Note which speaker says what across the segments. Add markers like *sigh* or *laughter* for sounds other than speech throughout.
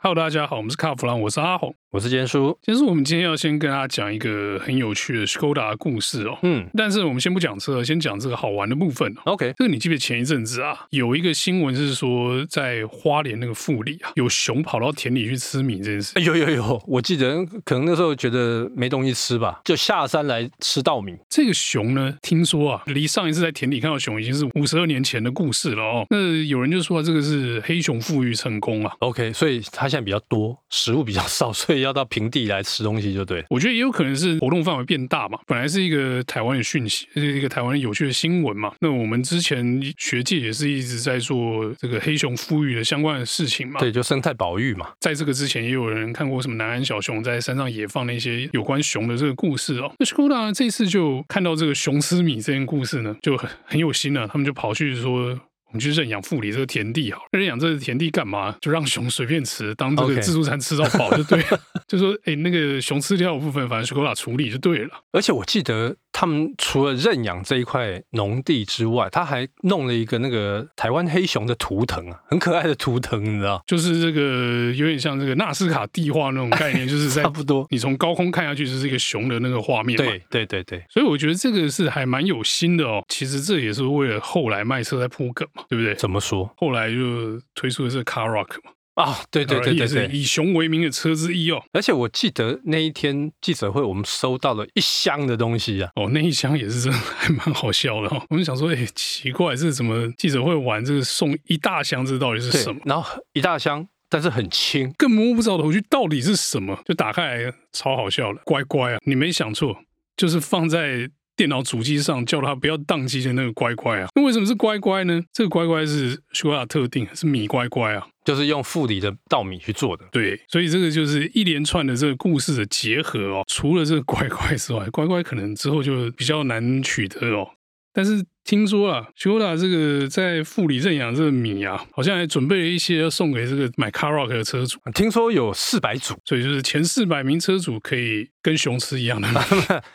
Speaker 1: Hello，大家好，我们是卡弗朗，我是阿红。
Speaker 2: 我是坚叔。
Speaker 1: 其实我们今天要先跟大家讲一个很有趣的 Skoda 的故事哦。
Speaker 2: 嗯
Speaker 1: 但是我们先不讲车，先讲这个好玩的部分哦。
Speaker 2: ，OK，
Speaker 1: 这个你记不记得前一阵子啊，有一个新闻是说，在花莲那个富里啊，有熊跑到田里去吃米这件事。
Speaker 2: 哎有有有，我记得可能那时候觉得没东西吃吧，就下山来吃稻米。
Speaker 1: 这个熊呢，听说啊，离上一次在田里看到熊已经是五十二年前的故事了哦。那有人就说、这个是黑熊富裕成功啊，
Speaker 2: OK，所以它现在比较多，食物比较 *laughs* 少，所以要到平地来吃东西就对了。
Speaker 1: 我觉得也有可能是活动范围变大嘛，本来是一个台湾的讯息，是一个台湾有趣的新闻嘛。那我们之前学界也是一直在做这个黑熊富裕的相关的事情嘛。
Speaker 2: 对，就生态保育嘛。
Speaker 1: 在这个之前，也有人看过什么南安小熊在山上野放那些有关熊的这个故事哦。那 Skoda 呢这次就看到这个熊吃米这件故事呢，就很很有心了、他们就跑去说。我们去认养富里这个田地好了，认养这个田地干嘛？就让熊随便吃，当这个
Speaker 2: OK
Speaker 1: 自助餐吃到饱就对了。 *laughs* 就说，哎、那个熊吃掉的部分，反正 Skoda 处理就对了。
Speaker 2: 而且我记得他们除了认养这一块农地之外，他还弄了一个那个台湾黑熊的图腾啊，很可爱的图腾，你知道？
Speaker 1: 就是这个有点像这个纳斯卡地画那种概念，就是在
Speaker 2: *laughs* 差不多。
Speaker 1: 你从高空看下去就是一个熊的那个画面嘛。
Speaker 2: 对对对对，
Speaker 1: 所以我觉得这个是还蛮有心的哦。其实这也是为了后来卖车在铺梗嘛，对不对？
Speaker 2: 怎么说
Speaker 1: 后来就推出的是 Car Rock 嘛，
Speaker 2: 啊？对对对
Speaker 1: 也
Speaker 2: 对
Speaker 1: 是
Speaker 2: 对。
Speaker 1: 以熊为名的车之一哦。
Speaker 2: 而且我记得那一天记者会，我们收到了一箱的东西啊。
Speaker 1: 哦，那一箱也是真的还蛮好笑的哦。我们想说，哎，奇怪，这怎么记者会玩这个送一大箱，这到底是
Speaker 2: 对
Speaker 1: 什么？
Speaker 2: 然后一大箱，但是很轻。
Speaker 1: 更摸不着头绪，到底是什么？就打开来，超好笑的。乖乖啊，你没想错，就是放在电脑主机上叫它不要宕机的那个乖乖啊。那为什么是乖乖呢？这个乖乖是苏格拉特定，是米乖乖啊。
Speaker 2: 就是用富里的稻米去做的，
Speaker 1: 对，所以这个就是一连串的这个故事的结合哦。除了这个乖乖之外，乖乖可能之后就比较难取得哦。但是听说啊，修达这个在富里认养这个米啊，好像还准备了一些要送给这个买 Car Rock 的车主。
Speaker 2: 听说有四百组
Speaker 1: 所以就是前四百名车主可以跟熊吃一样的。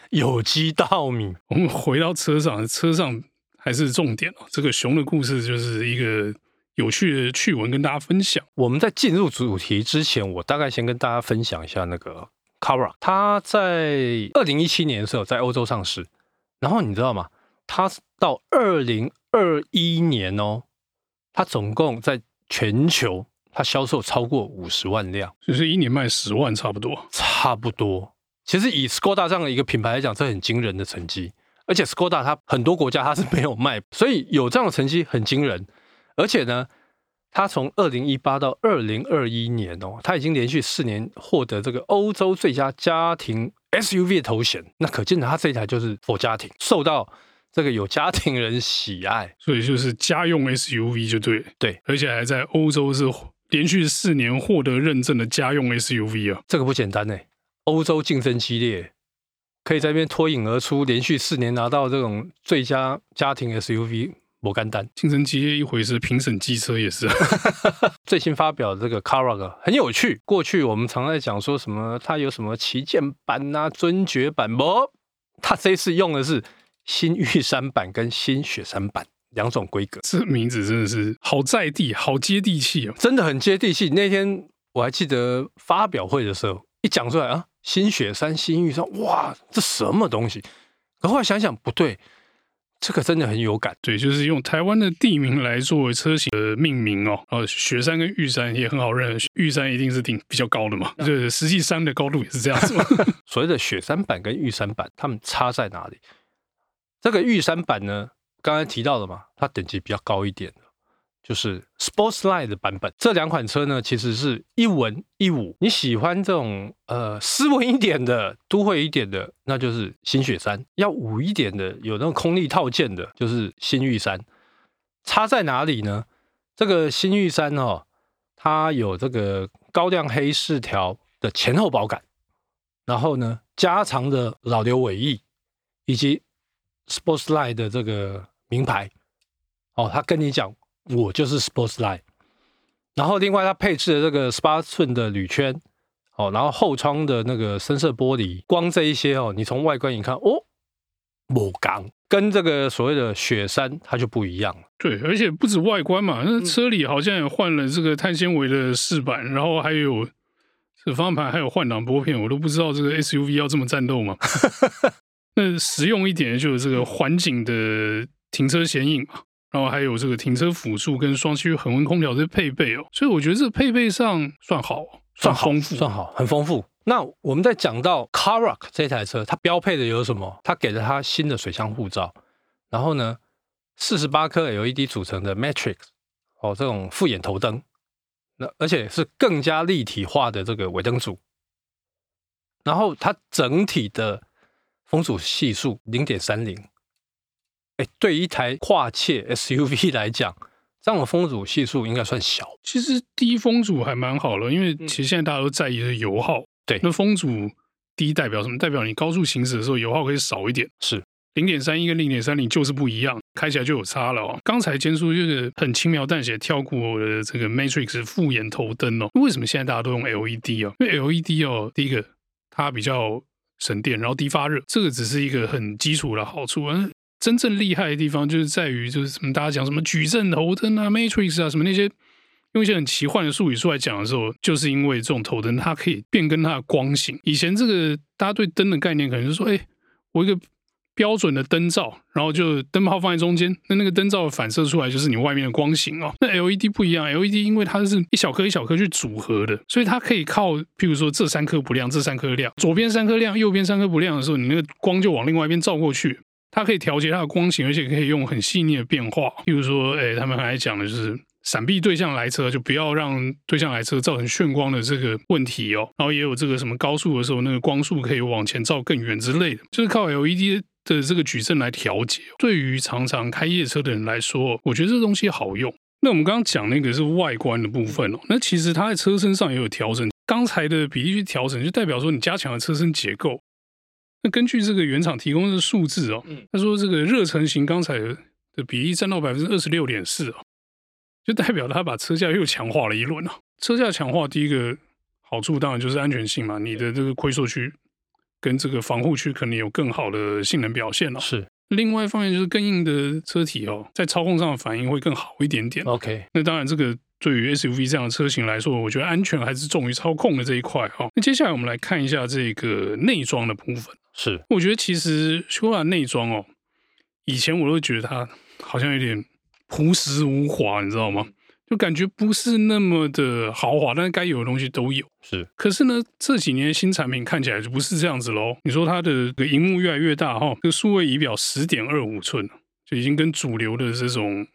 Speaker 2: 有机稻米，
Speaker 1: *laughs* 我们回到车上，车上还是重点哦。这个熊的故事就是一个有趣的趣闻，跟大家分享。
Speaker 2: 我们在进入主题之前，我大概先跟大家分享一下那个 Cara，它在二零一七年的时候在欧洲上市，然后你知道吗？它到二零二一年哦，它总共在全球它销售超过五十万辆，
Speaker 1: 就是一年卖十万差不多，
Speaker 2: 差不多。其实以 Skoda 这样的一个品牌来讲，这很惊人的成绩。而且 Skoda 它很多国家它是没有卖，所以有这样的成绩很惊人。而且呢，它从二零一八到二零二一年哦，它已经连续四年获得这个欧洲最佳家庭 SUV 的头衔。那可见的，它这一台就是 for 家庭，受到这个有家庭人喜爱。
Speaker 1: 所以就是家用 SUV 就对了。
Speaker 2: 对，
Speaker 1: 而且还在欧洲是连续四年获得认证的家用 SUV 啊。
Speaker 2: 这个不简单呢，欸欧洲竞争激烈，可以在那边脱颖而出，连续四年拿到这种最佳家庭 SUV 摩干单。
Speaker 1: 竞争激烈一回是评审机车也是啊， *laughs*
Speaker 2: 最新发表的这个 Carrag 很有趣，过去我们常在讲说什么它有什么旗舰版呐、尊爵版，不，它这次用的是新玉山版跟新雪山版两种规格，
Speaker 1: 这名字真的是好在地，好接地气啊。
Speaker 2: 真的很接地气。那天我还记得发表会的时候，一讲出来啊，新雪山、新玉山，哇，这什么东西？可后来想想不对，这个真的很有感。
Speaker 1: 对，就是用台湾的地名来作为车型的命名哦。然后雪山跟玉山也很好认，玉山一定是顶比较高的嘛，就是实际山的高度也是这样子嘛。
Speaker 2: 所谓的雪山版跟玉山版，它们差在哪里？这个玉山版呢，刚才提到了嘛，它等级比较高一点的，就是 Sportsline 的版本。这两款车呢，其实是一文一武。你喜欢这种呃斯文一点的、都会一点的，那就是新雪山；要武一点的，有那种空力套件的，就是新玉山。差在哪里呢？这个新玉山哦，它有这个高亮黑饰条的前后保杆，然后呢，加长的老刘尾翼以及 Sportsline 的这个名牌，哦，他跟你讲，我就是 Sportsline。然后另外它配置了这个十八寸的铝圈，哦，然后后窗的那个深色玻璃，光这一些哦，你从外观一看，哦，某钢跟这个所谓的雪山它就不一样了。
Speaker 1: 对，而且不止外观嘛，
Speaker 2: 嗯
Speaker 1: 那车里好像也换了这个碳纤维的饰板，然后还有这方向盘，还有换挡拨片，我都不知道这个 SUV 要这么战斗
Speaker 2: *laughs*
Speaker 1: 嘛。那实用一点的就是这个环景的停车显影嘛，然后还有这个停车辅助跟双区恒温空调的配备哦，所以我觉得这配备上算好，
Speaker 2: 算好
Speaker 1: 丰富，
Speaker 2: 算好，很丰富。那我们在讲到 c a r a k 这台车，它标配的有什么？它给了它新的水箱护罩，然后呢，四十八颗 LED 组成的 Matrix 哦，这种复眼头灯，那而且是更加立体化的这个尾灯组，然后它整体的风阻系数零点三零，哎，对于一台跨界 SUV 来讲，这样的风阻系数应该算小。
Speaker 1: 其实低风阻还蛮好了，因为其实现在大家都在意的油耗。
Speaker 2: 嗯对
Speaker 1: 那风阻低代表什么？代表你高速行驶的时候油耗可以少一点。
Speaker 2: 是，
Speaker 1: 零点三一跟零点三零就是不一样，开起来就有差了哦。刚才坚叔就是很轻描淡写跳过我的这个 Matrix 复眼头灯哦。为什么现在大家都用 LED 哦？因为 LED 哦，第一个它比较省电，然后低发热，这个只是一个很基础的好处。嗯真正厉害的地方就是在于，就是什么大家讲什么矩阵头灯啊、Matrix 啊什么那些，用一些很奇幻的术语出来讲的时候，就是因为这种头灯它可以变更它的光型。以前这个大家对灯的概念可能是说，哎、我一个标准的灯罩，然后就灯泡放在中间，那那个灯罩反射出来就是你外面的光型哦。那 LED 不一样，LED 因为它是一小颗一小颗去组合的，所以它可以靠，譬如说这三颗不亮，这三颗亮，左边三颗亮，右边三颗不亮的时候，你那个光就往另外一边照过去。它可以调节它的光型，而且可以用很细腻的变化。譬如说，哎、他们还讲的就是闪避对向来车，就不要让对向来车造成眩光的这个问题哦。然后也有这个什么高速的时候，那个光束可以往前照更远之类的，就是靠 LED 的这个矩阵来调节。对于常常开夜车的人来说，我觉得这东西好用。那我们刚刚讲那个是外观的部分哦，那其实它在车身上也有调整。刚才的比例去调整，就代表说你加强了车身结构。那根据这个原厂提供的数字哦，他说这个热成型钢材的比例占到百分之二十六点四哦，就代表他把车架又强化了一轮哦。车架强化第一个好处当然就是安全性嘛，你的这个龟缩区跟这个防护区可能有更好的性能表现哦。
Speaker 2: 是
Speaker 1: 另外一方面就是更硬的车体哦，在操控上的反应会更好一点哦点。
Speaker 2: OK，
Speaker 1: 那当然，这个对于 SUV 这样的车型来说，我觉得安全还是重于操控的这一块哦。那接下来我们来看一下这个内装的部分。
Speaker 2: 是
Speaker 1: 我觉得其实 s h o a 内装哦，以前我都觉得它好像有点朴实无华，你知道吗？就感觉不是那么的豪华，但是该有的东西都有。
Speaker 2: 是
Speaker 1: 可是呢，这几年新产品看起来就不是这样子喽。你说它的这个荧幕越来越大哈、这个数位仪表十点二五寸，哦就已经跟主流的这种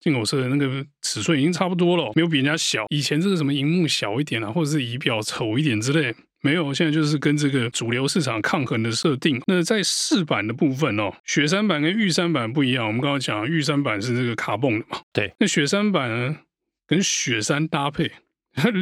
Speaker 1: 进口车的那个尺寸已经差不多了，没有比人家小。以前这个什么荧幕小一点啊，或者是仪表丑一点之类，没有，现在就是跟这个主流市场抗衡的设定。那在饰板的部分哦，雪山版跟玉山版不一样。我们刚刚讲玉山版是这个卡泵的嘛，
Speaker 2: 对。
Speaker 1: 那雪山版呢，跟雪山搭配。 *laughs*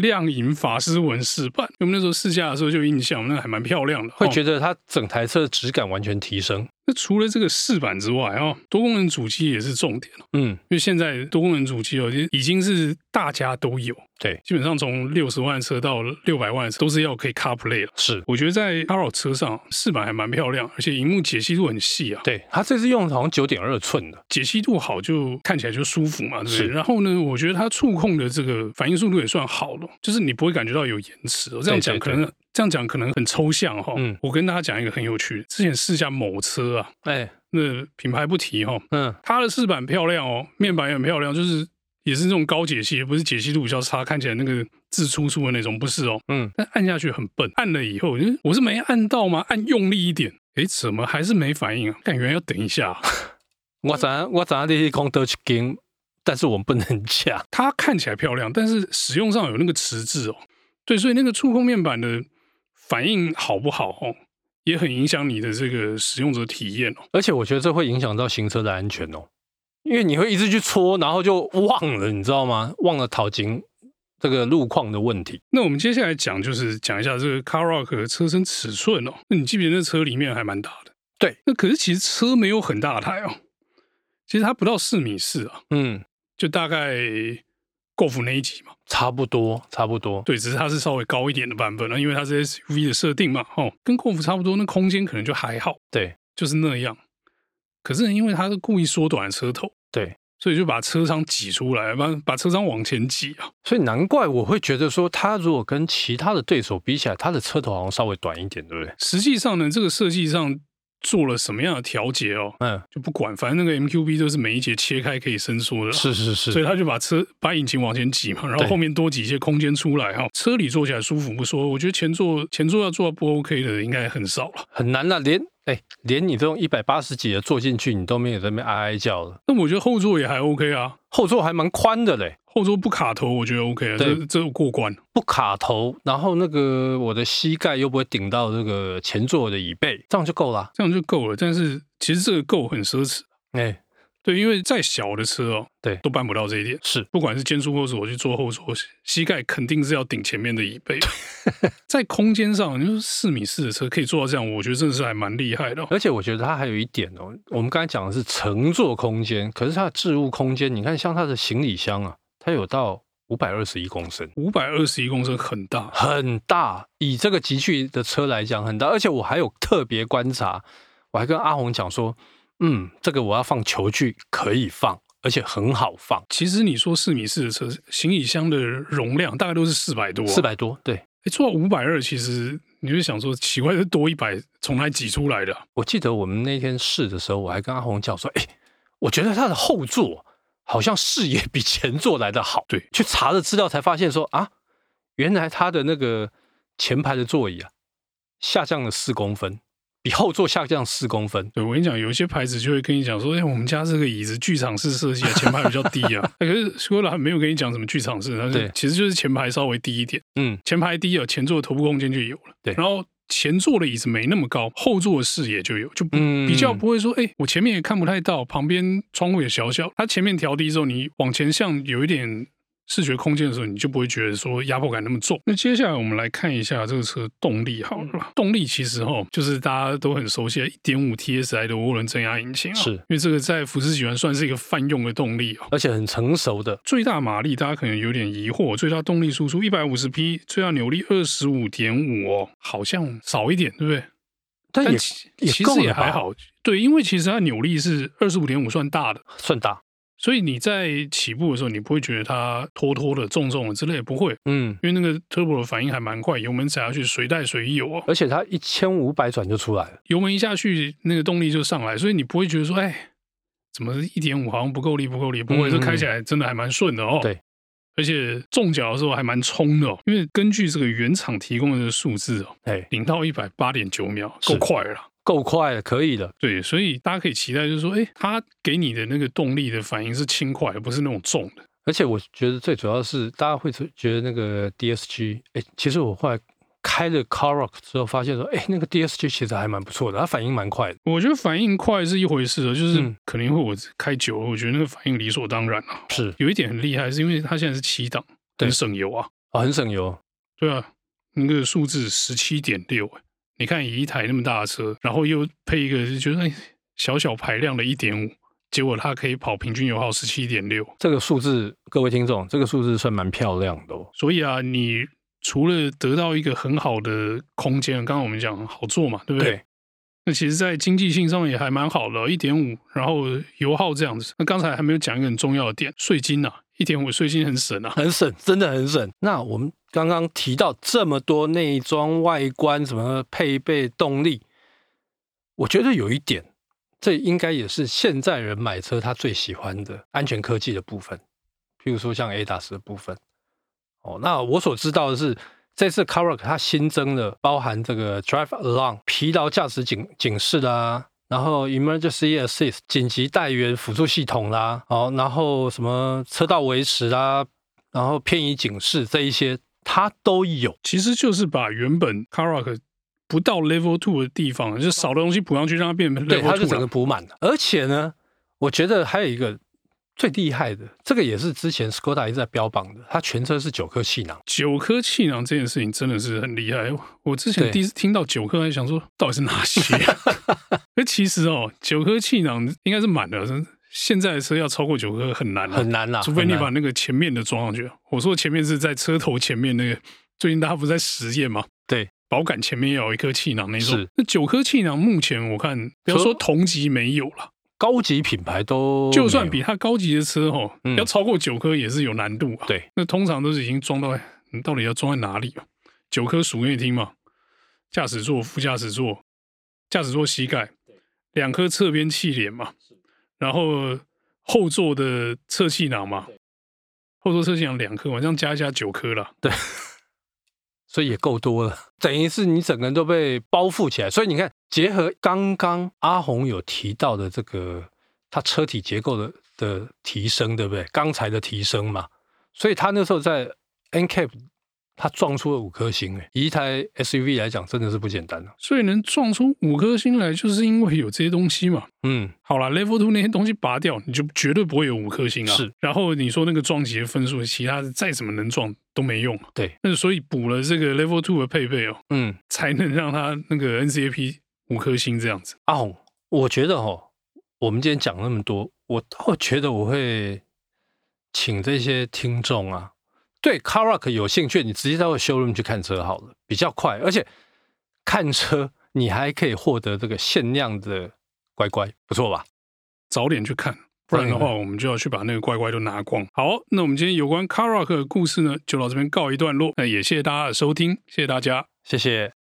Speaker 1: 亮银法师纹饰板，我们那时候试驾的时候就有印象，那还蛮漂亮的。
Speaker 2: 会
Speaker 1: 哦
Speaker 2: 觉得它整台车的质感完全提升。
Speaker 1: 那除了这个饰板之外哦，多功能主机也是重点哦
Speaker 2: 嗯，
Speaker 1: 因为现在多功能主机哦，已经是大家都有，
Speaker 2: 对，
Speaker 1: 基本上从六十万车到六百万车都是要可以 CarPlay 了。
Speaker 2: 是
Speaker 1: 我觉得在 a r o 车上饰板还蛮漂亮，而且荧幕解析度很细啊，
Speaker 2: 对，它这次用的好像九点二寸的，
Speaker 1: 解析度好就看起来就舒服嘛，对不对？
Speaker 2: 是
Speaker 1: 然后呢，我觉得它触控的这个反应速度也算好了，就是你不会感觉到有延迟、哦。这样讲
Speaker 2: 对对
Speaker 1: 可能这样讲可能很抽象哈、哦。
Speaker 2: 嗯
Speaker 1: 我跟大家讲一个很有趣的，之前试驾某车啊，
Speaker 2: 哎，
Speaker 1: 那品牌不提哈、哦，
Speaker 2: 嗯，
Speaker 1: 它的饰板漂亮哦，面板也很漂亮，就是也是那种高解析，不是解析度比较差，看起来那个字粗粗的那种，不是哦。
Speaker 2: 嗯，
Speaker 1: 但按下去很笨，按了以后，嗯我是没按到吗？按用力一点，诶，怎么还是没反应啊？感觉要等一下啊、
Speaker 2: 我早上我早上那些空德去 game，但是我们不能讲。 *laughs*
Speaker 1: 它看起来漂亮，但是使用上有那个迟滞哦。对，所以那个触控面板的反应好不好哦，也很影响你的这个使用者体验哦。
Speaker 2: 而且我觉得这会影响到行车的安全哦，因为你会一直去搓，然后就忘了，你知道吗？忘了讨经这个路况的问题。
Speaker 1: 那我们接下来讲就是讲一下这个 Car Rock 的车身尺寸哦。那你记不记得那车里面还蛮大的？
Speaker 2: 对，
Speaker 1: 那可是其实车没有很大台哦，其实它不到四米四啊，
Speaker 2: 嗯，
Speaker 1: 就大概 Golf 那一级嘛。
Speaker 2: 差不多，差不多。
Speaker 1: 对，只是它是稍微高一点的版本啊了，因为它是 SUV 的设定嘛，哦，跟 Golf 差不多，那空间可能就还好，
Speaker 2: 对，
Speaker 1: 就是那样。可是因为它是故意缩短车头，
Speaker 2: 对，
Speaker 1: 所以就把车窗挤出来，把把车窗往前挤啊。
Speaker 2: 所以难怪我会觉得说，它如果跟其他的对手比起来，它的车头好像稍微短一点，对不对？
Speaker 1: 实际上呢，这个设计上做了什么样的调节哦，
Speaker 2: 嗯，
Speaker 1: 就不管，反正那个 MQB 都是每一节切开可以伸缩的啦，
Speaker 2: 是是
Speaker 1: 所以
Speaker 2: 是，
Speaker 1: 他就把车把引擎往前挤嘛，然后
Speaker 2: 对
Speaker 1: 后面多挤一些空间出来哈、车里坐起来舒服不说，我觉得前座前座要做到不 OK 的应该很少了。
Speaker 2: 很难了，连哎，连你这种一百八十几的坐进去，你都没有在那边哀哀叫了。
Speaker 1: 那我觉得后座也还 OK 啊，
Speaker 2: 后座还蛮宽的嘞，
Speaker 1: 后座不卡头，我觉得 OK 啊，
Speaker 2: 对
Speaker 1: 这这过关。
Speaker 2: 不卡头，然后那个我的膝盖又不会顶到这个前座的椅背，这样就够了。
Speaker 1: 这样就够了。但是其实这个够很奢侈，
Speaker 2: 哎，
Speaker 1: 对，因为再小的车哦，
Speaker 2: 对
Speaker 1: 都办不到这一点。
Speaker 2: 是
Speaker 1: 不管是肩束或者我去坐后座，膝盖肯定是要顶前面的椅背。 *laughs* 在空间上，你说四米四的车可以做到这样，我觉得真的是还蛮厉害的哦、
Speaker 2: 而且我觉得它还有一点哦，我们刚才讲的是乘坐空间，可是它的置物空间，你看像它的行李箱啊，它有到五百二十一公升，
Speaker 1: 五百二十一公升很大，
Speaker 2: 很大。以这个集聚的车来讲，很大。而且我还有特别观察，我还跟阿红讲说，嗯，这个我要放球具，可以放，而且很好放，
Speaker 1: 其实你说四米四的车，行李箱的容量大概都是四百多、
Speaker 2: 四，百多。对
Speaker 1: 哎，做到五百二，其实你就想说奇怪，这多一百从哪里挤出来的啊、
Speaker 2: 我记得我们那天试的时候，我还跟阿红讲说，哎，我觉得它的后座好像视野比前座来的好。
Speaker 1: 对，
Speaker 2: 去查了资料才发现说啊，原来它的那个前排的座椅啊下降了四公分，比后座下降四公分。
Speaker 1: 对，我跟你讲，有一些牌子就会跟你讲说，哎、我们家这个椅子剧场式设计啊，前排比较低啊。 *laughs* 哎可是说了还没有跟你讲什么剧场式，它是
Speaker 2: 对
Speaker 1: 其实就是前排稍微低一点，
Speaker 2: 嗯，
Speaker 1: 前排低啊，前座的头部空间就有了。
Speaker 2: 对
Speaker 1: 然后前座的椅子没那么高，后座的视野就有，就不、
Speaker 2: 嗯
Speaker 1: 比较不会说，哎、我前面也看不太到，旁边窗户也小小。它前面调低之后，你往前向有一点。视觉空间的时候，你就不会觉得说压迫感那么重。那接下来我们来看一下这个车的动力好
Speaker 2: 嗯
Speaker 1: 了吧。 *laughs* 动力其实哈，就是大家都很熟悉的1.5 TSI 的涡轮增压引擎啊，
Speaker 2: 是
Speaker 1: 因为这个在福斯集团算是一个泛用的动力哦。
Speaker 2: 而且很成熟的，
Speaker 1: 最大马力大家可能有点疑惑，最大动力输出一百五十匹，最大扭力二十五点五哦，好像少一点，对不对？
Speaker 2: 但也
Speaker 1: 但其
Speaker 2: 也
Speaker 1: 其
Speaker 2: 够
Speaker 1: 实
Speaker 2: 了
Speaker 1: 也
Speaker 2: 吧
Speaker 1: 还好，对，因为其实它扭力是二十五点五，算大的，
Speaker 2: 算大。
Speaker 1: 所以你在起步的时候，你不会觉得它拖拖的、重重的之类，不会，
Speaker 2: 嗯，
Speaker 1: 因为那个 turbo 的反应还蛮快，油门踩下去随带随有哦，
Speaker 2: 而且它一千五百转就出来了。
Speaker 1: 油门一下去，那个动力就上来，所以你不会觉得说，哎，怎么一点五好像不够力，不够力，不会，
Speaker 2: 嗯
Speaker 1: 这开起来真的还蛮顺的哦。
Speaker 2: 对。
Speaker 1: 而且中脚的时候还蛮冲的、哦，因为根据这个原厂提供的数字哦，
Speaker 2: 哎，
Speaker 1: 零到一百八点九秒，够
Speaker 2: 是
Speaker 1: 快了啦。
Speaker 2: 够快了，可以了。
Speaker 1: 对，所以大家可以期待，就是说，哎，它给你的那个动力的反应是轻快，而不是那种重的。
Speaker 2: 而且我觉得最主要是，大家会觉得那个 DSG，哎，其实我后来开了 Carrock 之后，发现说，哎，那个 DSG 其实还蛮不错的，它反应蛮快的。
Speaker 1: 我觉得反应快是一回事哦，就是
Speaker 2: 嗯
Speaker 1: 可能因为我开久了，我觉得那个反应理所当然啊。
Speaker 2: 是
Speaker 1: 有一点很厉害，是因为它现在是七档，很
Speaker 2: 对
Speaker 1: 省油啊。
Speaker 2: 哦，很省油。
Speaker 1: 对啊，那个数字十七点六，你看以一台那么大的车，然后又配一个就觉得哎小小排量的一点五，结果它可以跑平均油耗十七点六。
Speaker 2: 这个数字，各位听众，这个数字算蛮漂亮的哦。
Speaker 1: 所以啊，你除了得到一个很好的空间，刚刚我们讲好做嘛，对不对？
Speaker 2: 对
Speaker 1: 那其实，在经济性上也还蛮好的，一点五，然后油耗这样子。那刚才还没有讲一个很重要的点，税金啊，一点五税金很省啊。
Speaker 2: 很省，真的很省。那我们刚刚提到这么多内装、外观、什么配备、动力，我觉得有一点，这应该也是现在人买车他最喜欢的安全科技的部分，譬如说像 ADAS 的部分。哦，那我所知道的是，这次 c a r o c 它新增了包含这个 Drive Along 疲劳驾驶警警示啦，然后 Emergency Assist 紧急待援辅助系统啦，哦，然后什么车道维持啦，然后偏移警示这一些它都有。
Speaker 1: 其实就是把原本 Karak 不到 Level Two 的地方，就少的东西补上去，让它变成
Speaker 2: 对，它
Speaker 1: Level
Speaker 2: 就整
Speaker 1: Two
Speaker 2: 个
Speaker 1: 了。
Speaker 2: 补满了。而且呢，我觉得还有一个最厉害的，这个也是之前 Skoda 一直在标榜的，它全车是九颗气囊，
Speaker 1: 九颗气囊这件事情真的是很厉害。我之前
Speaker 2: 对
Speaker 1: 第一次听到九颗，还想说到底是哪些、
Speaker 2: *laughs*
Speaker 1: 啊？可其实哦，九颗气囊应该是满的。现在的车要超过九颗很难、啊，
Speaker 2: 很难啦。
Speaker 1: 除非你
Speaker 2: 很
Speaker 1: 把
Speaker 2: 难
Speaker 1: 那个前面的装上去。我说前面是在车头前面那个，最近大家不是在实验吗？
Speaker 2: 对，
Speaker 1: 保杆前面要有一颗气囊那种
Speaker 2: 是。
Speaker 1: 那九颗气囊目前我看，不要
Speaker 2: 除
Speaker 1: 说同级没有了，
Speaker 2: 高级品牌都
Speaker 1: 就算
Speaker 2: 没有
Speaker 1: 比它高级的车哦，
Speaker 2: 嗯
Speaker 1: 要超过九颗也是有难度啊。
Speaker 2: 对，
Speaker 1: 那通常都是已经装到，你到底要装在哪里啊？九颗数给你听嘛，驾驶座、副驾驶座、驾驶座膝盖，两颗侧边气帘嘛，然后后座的侧气囊嘛，后座侧气囊两颗嘛，这样加一加九颗啦。
Speaker 2: 所以也够多了，等于是你整个人都被包覆起来。所以你看，结合刚刚阿红有提到的这个它车体结构的的提升，对不对？钢材的提升嘛，所以他那时候在 NCAP 他撞出了五颗星，哎，以一台 SUV 来讲，真的是不简单啊了、
Speaker 1: 所以能撞出五颗星来，就是因为有这些东西嘛。
Speaker 2: 嗯，
Speaker 1: 好啦 l e v e l Two 那些东西拔掉，你就绝对不会有五颗星啊。
Speaker 2: 是。
Speaker 1: 然后你说那个撞击的分数，其他的再怎么能撞都没用。
Speaker 2: 对。
Speaker 1: 那所以补了这个 Level Two 的配备哦，
Speaker 2: 嗯，
Speaker 1: 才能让它那个 NCAP 五颗星这样子。
Speaker 2: 阿红，啊我觉得哦，我们今天讲那么多，我倒觉得我会请这些听众啊，对 Karak 有兴趣，你直接到 showroom 去看车好了，比较快，而且看车你还可以获得这个限量的乖乖，不错吧？
Speaker 1: 早点去看，不然的
Speaker 2: 早点
Speaker 1: 话，我们就要去把那个乖乖都拿光。好，那我们今天有关 Car Rock 的故事呢，就到这边告一段落。那也谢谢大家的收听，谢谢大家。
Speaker 2: 谢谢。